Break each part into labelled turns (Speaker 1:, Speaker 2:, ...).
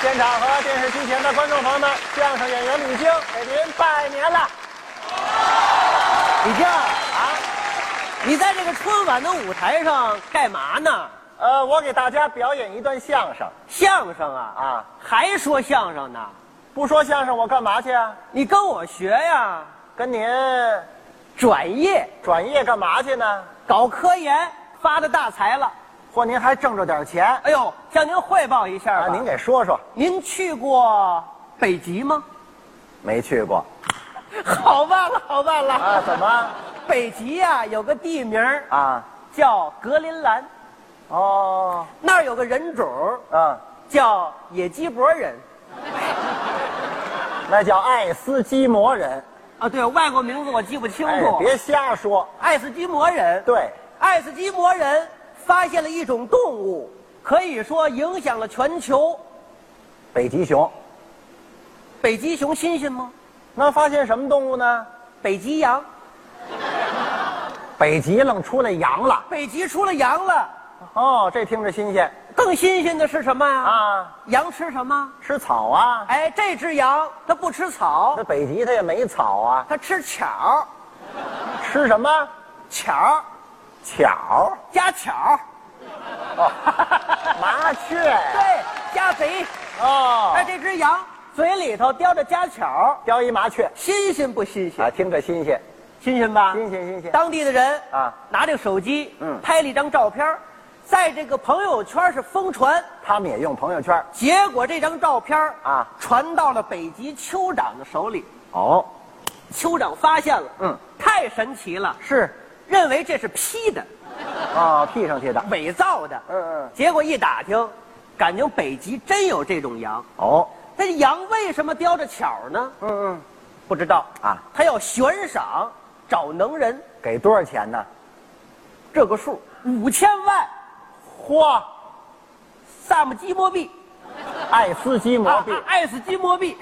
Speaker 1: 现场和电视机前的观众朋友们，相声演员李菁给您拜年了。
Speaker 2: 李静啊，你在这个春晚的舞台上干嘛呢？
Speaker 1: 呃，我给大家表演一段相声。
Speaker 2: 相声啊
Speaker 1: 啊，
Speaker 2: 还说相声呢？
Speaker 1: 不说相声，我干嘛去啊？
Speaker 2: 你跟我学呀，
Speaker 1: 跟您
Speaker 2: 转业
Speaker 1: 转业干嘛去呢？
Speaker 2: 搞科研，发的大财了。
Speaker 1: 或您还挣着点钱
Speaker 2: 哎呦，向您汇报一下
Speaker 1: 啊？
Speaker 2: 吧。
Speaker 1: 您给说说。
Speaker 2: 您去过北极吗？
Speaker 1: 没去过
Speaker 2: 好办了，好办了。
Speaker 1: 啊？怎么
Speaker 2: 北极呀、有个地名儿
Speaker 1: 啊？
Speaker 2: 叫格林兰，
Speaker 1: 哦，
Speaker 2: 那儿有个人种儿
Speaker 1: 嗯，
Speaker 2: 叫野鸡脖人
Speaker 1: 那叫爱斯基摩人。
Speaker 2: 啊，对外国名字我记不清
Speaker 1: 哎，
Speaker 2: 楚。
Speaker 1: 别瞎说。
Speaker 2: 爱斯基摩人，
Speaker 1: 对，
Speaker 2: 爱斯基摩人发现了一种动物，可以说影响了全球。
Speaker 1: 北极熊。
Speaker 2: 北极熊新鲜吗？
Speaker 1: 那发现什么动物呢？
Speaker 2: 北极羊，
Speaker 1: 北极愣出来羊了。
Speaker 2: 北极出了羊了。
Speaker 1: 哦，这听着新鲜
Speaker 2: 更新鲜的是什么呀？
Speaker 1: 啊！
Speaker 2: 羊吃什么？
Speaker 1: 吃草啊？
Speaker 2: 哎，这只羊它不吃草
Speaker 1: 那，北极它也没草啊，
Speaker 2: 它吃巧
Speaker 1: 吃什么？
Speaker 2: 巧
Speaker 1: 巧？
Speaker 2: 加巧，
Speaker 1: 哦，麻雀。
Speaker 2: 对，加肥。
Speaker 1: 哦
Speaker 2: 哎，，这只羊嘴里头叼着夹巧，
Speaker 1: 叼一麻雀
Speaker 2: 新鲜不新鲜？
Speaker 1: 啊，听着新鲜，
Speaker 2: 新鲜吧？
Speaker 1: 新鲜新鲜。
Speaker 2: 当地的人
Speaker 1: 啊，
Speaker 2: 拿这个手机，
Speaker 1: 嗯
Speaker 2: 拍了一张照片儿，在这个朋友圈是疯传。
Speaker 1: 他们也用朋友圈。
Speaker 2: 结果这张照片儿
Speaker 1: 啊，
Speaker 2: 传到了北极酋长的手里，
Speaker 1: 哦，
Speaker 2: 酋长发现了，
Speaker 1: 嗯，
Speaker 2: 太神奇了，
Speaker 1: 是
Speaker 2: 认为这是 P 的、
Speaker 1: 啊，P 上去的。
Speaker 2: 伪造的。
Speaker 1: 嗯嗯。
Speaker 2: 结果一打听，感情北极真有这种羊。
Speaker 1: 哦，
Speaker 2: 那羊为什么叼着巧呢？
Speaker 1: 嗯嗯，
Speaker 2: 不知道
Speaker 1: 啊，
Speaker 2: 他要悬赏找能人，
Speaker 1: 给多少钱呢？
Speaker 2: 这个数五千万
Speaker 1: 嚯，
Speaker 2: 萨姆基摩币，
Speaker 1: 爱斯基摩币
Speaker 2: 啊。啊爱斯基摩币，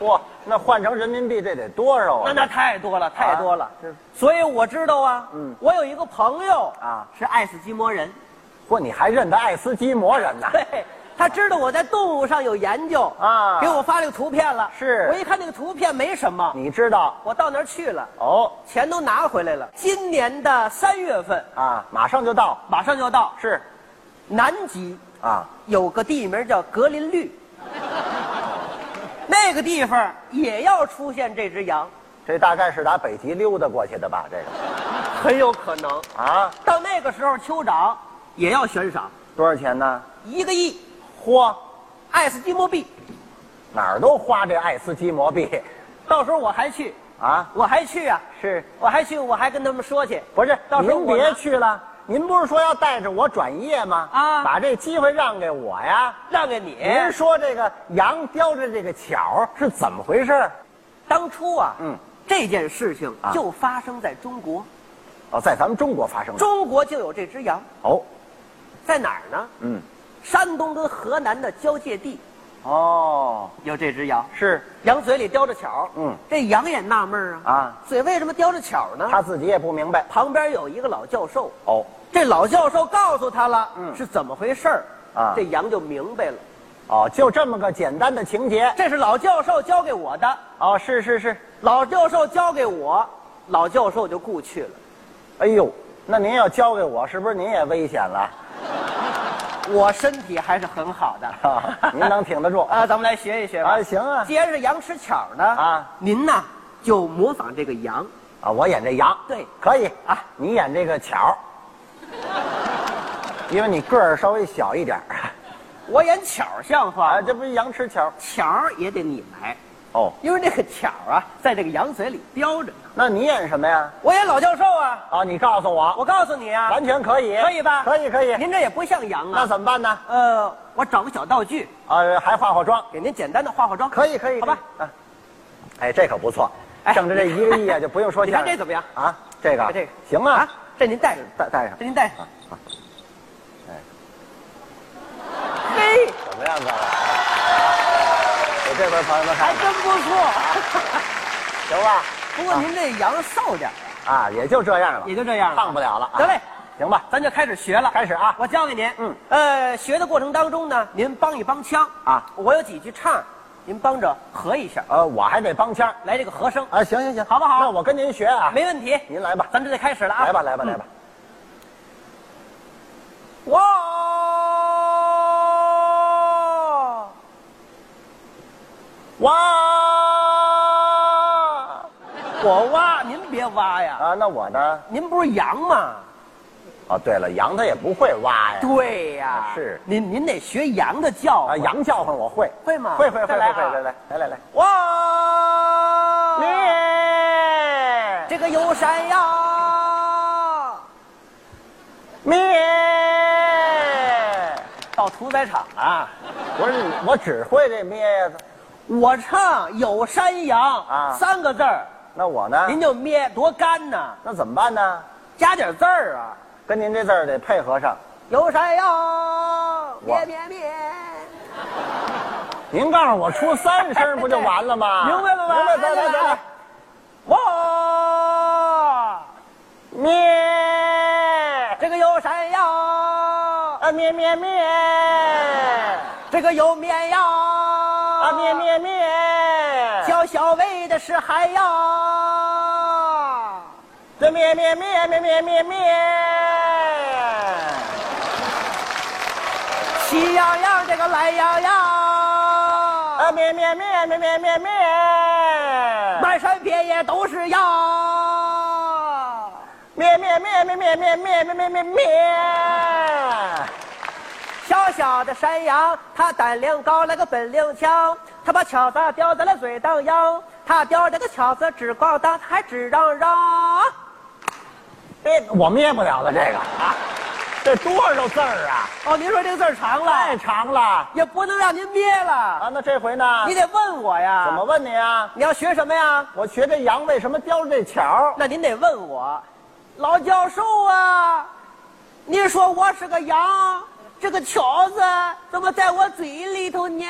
Speaker 1: 嚯，那换成人民币这得多少
Speaker 2: 那
Speaker 1: 啊？
Speaker 2: 那太多了，太多了。
Speaker 1: 啊是
Speaker 2: 所以我知道啊，
Speaker 1: 嗯
Speaker 2: 我有一个朋友
Speaker 1: 啊
Speaker 2: 是爱斯基摩人，
Speaker 1: 嚯，你还认得爱斯基摩人呢？
Speaker 2: 对，他知道我在动物上有研究
Speaker 1: 啊
Speaker 2: 给我发这个图片了。
Speaker 1: 是
Speaker 2: 我一看那个图片没什么，
Speaker 1: 你知道
Speaker 2: 我到那儿去了，
Speaker 1: 哦
Speaker 2: 钱都拿回来了。今年的三月份
Speaker 1: 啊，马上就到。
Speaker 2: 马上就要到
Speaker 1: 是
Speaker 2: 南极，
Speaker 1: 啊，
Speaker 2: 有个地名叫格林绿， 那个地方也要出现这只羊，
Speaker 1: 这大概是打北极溜达过去的吧？这个
Speaker 2: 很有可能。
Speaker 1: 啊，
Speaker 2: 到那个时候，酋长也要悬赏
Speaker 1: 多少钱呢？
Speaker 2: 一个亿
Speaker 1: 嚯，
Speaker 2: 爱斯基摩币。
Speaker 1: 哪儿都花这爱斯基摩币
Speaker 2: 到时候我还去，
Speaker 1: 啊！
Speaker 2: 我还去啊，
Speaker 1: 是
Speaker 2: 我还去，我还跟他们说去。
Speaker 1: 不是？
Speaker 2: 到时候
Speaker 1: 您
Speaker 2: 我
Speaker 1: 别
Speaker 2: 拿
Speaker 1: 去了，您不是说要带着我转业吗？
Speaker 2: 啊
Speaker 1: 把这机会让给我呀！
Speaker 2: 让给你。
Speaker 1: 您说这个羊叼着这个巧是怎么回事儿？
Speaker 2: 当初啊，
Speaker 1: 嗯，
Speaker 2: 这件事情
Speaker 1: 啊
Speaker 2: 就发生在中国，
Speaker 1: 哦，在咱们中国发生的。
Speaker 2: 中国就有这只羊，
Speaker 1: 哦，
Speaker 2: 在哪儿呢？
Speaker 1: 嗯，
Speaker 2: 山东跟河南的交界地
Speaker 1: 哦，
Speaker 2: 有这只羊。
Speaker 1: 是
Speaker 2: 羊嘴里叼着巧，
Speaker 1: 嗯
Speaker 2: 这羊也纳闷儿啊，
Speaker 1: 啊，
Speaker 2: 嘴为什么叼着巧呢？
Speaker 1: 他自己也不明白。
Speaker 2: 旁边有一个老教授，
Speaker 1: 哦，
Speaker 2: 这老教授告诉他了，
Speaker 1: 嗯
Speaker 2: 是怎么回事儿
Speaker 1: 啊
Speaker 2: 这羊就明白了，
Speaker 1: 哦，就这么个简单的情节。
Speaker 2: 这是老教授教给我的，
Speaker 1: 哦，是是是。
Speaker 2: 老教授教给我，老教授就故去了。
Speaker 1: 哎呦，那您要交给我，是不是您也危险了？
Speaker 2: 我身体还是很好的，
Speaker 1: 啊 您能挺得住
Speaker 2: 啊？咱们来学一学吧。
Speaker 1: 啊行啊
Speaker 2: 既然是羊吃巧呢，
Speaker 1: 啊，
Speaker 2: 您呐就模仿这个羊，
Speaker 1: 啊，我演这羊，
Speaker 2: 对
Speaker 1: 可以
Speaker 2: 啊
Speaker 1: 你演这个巧，因为你个儿稍微小一点儿
Speaker 2: 我演巧像话
Speaker 1: 啊，
Speaker 2: 吗，
Speaker 1: 这不是羊吃巧
Speaker 2: 巧也得你来。
Speaker 1: 哦？
Speaker 2: 因为那个巧啊，在这个羊嘴里叼着呢。
Speaker 1: 那你演什么呀？
Speaker 2: 我演老教授啊，
Speaker 1: 啊，你告诉我，
Speaker 2: 我告诉你啊，
Speaker 1: 完全可以，
Speaker 2: 可以吧？
Speaker 1: 可以可以，
Speaker 2: 您这也不像羊
Speaker 1: 那
Speaker 2: 啊。
Speaker 1: 怎么办呢？
Speaker 2: 呃，我找个小道具，
Speaker 1: 啊，还化化妆，
Speaker 2: 给您简单的化化妆。
Speaker 1: 可以可以，
Speaker 2: 好吧。
Speaker 1: 可以，啊哎，这可不错，
Speaker 2: 哎
Speaker 1: 挣着这一个亿啊，
Speaker 2: 你看
Speaker 1: 就不用说
Speaker 2: 你
Speaker 1: 相
Speaker 2: 看
Speaker 1: 声
Speaker 2: 这怎么样？
Speaker 1: 啊，这个
Speaker 2: 这个
Speaker 1: 行啊，，
Speaker 2: 这您带着，
Speaker 1: 带带上
Speaker 2: 这您带上。
Speaker 1: 啊，哎
Speaker 2: 嘿，
Speaker 1: 怎么样，各位？啊给这边朋友们看
Speaker 2: 还
Speaker 1: 看，
Speaker 2: 真不错。
Speaker 1: 行吧？
Speaker 2: 不过您这羊臊点儿，
Speaker 1: 啊，也就这样了，
Speaker 2: 也就这样了。
Speaker 1: 胖不了了啊。
Speaker 2: 得嘞，
Speaker 1: 行吧，
Speaker 2: 咱就开始学了。
Speaker 1: 开始啊
Speaker 2: 我教给您。
Speaker 1: 嗯，
Speaker 2: 呃，学的过程当中呢，您帮一帮腔
Speaker 1: 啊。
Speaker 2: 我有几句唱，您帮着和一下，
Speaker 1: 呃，我还得帮腔儿
Speaker 2: 来这个和声，
Speaker 1: 啊，行行行，
Speaker 2: 好不好
Speaker 1: 那我跟您学啊，
Speaker 2: 没问题。
Speaker 1: 您来吧，
Speaker 2: 咱这就开始了啊！
Speaker 1: 来吧，来吧，来吧。
Speaker 2: 哇
Speaker 1: 哇
Speaker 2: 我挖，您别挖呀！
Speaker 1: 啊，那我呢？
Speaker 2: 您不是羊吗？
Speaker 1: 哦，对了，羊它也不会哇呀，
Speaker 2: 对呀，
Speaker 1: 啊是
Speaker 2: 您您得学羊的叫
Speaker 1: 啊，
Speaker 2: 唤
Speaker 1: 羊叫唤我会，
Speaker 2: 会吗？
Speaker 1: 会会会
Speaker 2: 再
Speaker 1: 会
Speaker 2: 来
Speaker 1: 会，
Speaker 2: 啊
Speaker 1: 来来来来来，
Speaker 2: 哇！
Speaker 1: 咩
Speaker 2: 这个有山呀，
Speaker 1: 咩
Speaker 2: 到屠宰场了。
Speaker 1: 啊，不是，我只会这咩呀，
Speaker 2: 我唱有山羊
Speaker 1: 啊
Speaker 2: 三个字儿，
Speaker 1: 那我呢？
Speaker 2: 您就咩，多干呐！
Speaker 1: 那怎么办呢？
Speaker 2: 加点字儿啊。
Speaker 1: 跟您这字儿得配合上。
Speaker 2: 有山羊，
Speaker 1: 哇
Speaker 2: 咩咩咩，
Speaker 1: 您告诉我出三声不就完了吗？
Speaker 2: 明白了吧？
Speaker 1: 啊明白，来来来来。
Speaker 2: 哇，
Speaker 1: 咩
Speaker 2: 这个有山羊，
Speaker 1: 啊咩咩咩
Speaker 2: 这个有绵羊，
Speaker 1: 啊
Speaker 2: 啊
Speaker 1: 咩咩咩，
Speaker 2: 教小魏的是海洋。
Speaker 1: 这咩咩咩咩咩咩咩，
Speaker 2: 喜羊羊，这个懒羊
Speaker 1: 啊
Speaker 2: 羊，
Speaker 1: 咩咩咩咩咩咩咩，
Speaker 2: 满山遍野都是羊。
Speaker 1: 咩咩咩咩咩咩咩咩咩咩咩，
Speaker 2: 小小的山羊，它胆量高，那个本领强，它把巧子叼在了嘴当央，它叼着个巧子直咣当，它还直嚷嚷。
Speaker 1: 这我灭不了的这个啊，这多少字儿啊，
Speaker 2: 哦，您说这个字儿长了，
Speaker 1: 太长了啊！
Speaker 2: 也不能让您憋了，
Speaker 1: 那这回呢？
Speaker 2: 你得问我呀。
Speaker 1: 怎么？问你啊？
Speaker 2: 你要学什么呀？
Speaker 1: 我学这羊为什么叼着这巧？
Speaker 2: 那您得问我，老教授啊，您说我是个羊，这个巧子怎么在我嘴里头呢？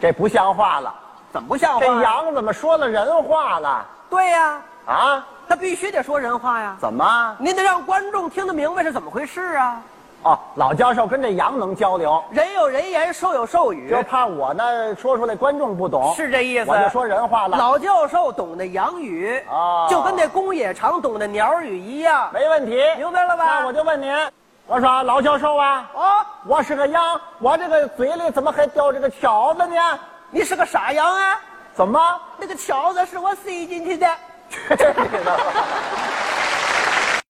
Speaker 1: 这不像话了。
Speaker 2: 怎么不像话？
Speaker 1: 这，羊怎么说了人话了
Speaker 2: 对呀、
Speaker 1: 啊？
Speaker 2: 他必须得说人话呀。
Speaker 1: 怎么？
Speaker 2: 您得让观众听得明白是怎么回事啊！
Speaker 1: 哦，老教授跟这羊能交流，
Speaker 2: 人有人言，兽有兽语
Speaker 1: 就，怕我呢说出来观众不懂，
Speaker 2: 是这意思。
Speaker 1: 我就说人话了，
Speaker 2: 老教授懂得洋语，
Speaker 1: 哦
Speaker 2: 就跟那公冶长懂得鸟语一样。
Speaker 1: 没问题，
Speaker 2: 明白了吧
Speaker 1: 那我就问您，我说老教授啊，
Speaker 2: 哦，
Speaker 1: 我是个羊，我这个嘴里怎么还叼着个条子呢？
Speaker 2: 你是个傻羊啊！
Speaker 1: 怎么？
Speaker 2: 那个条子是我塞进去的。
Speaker 1: 去你的吧！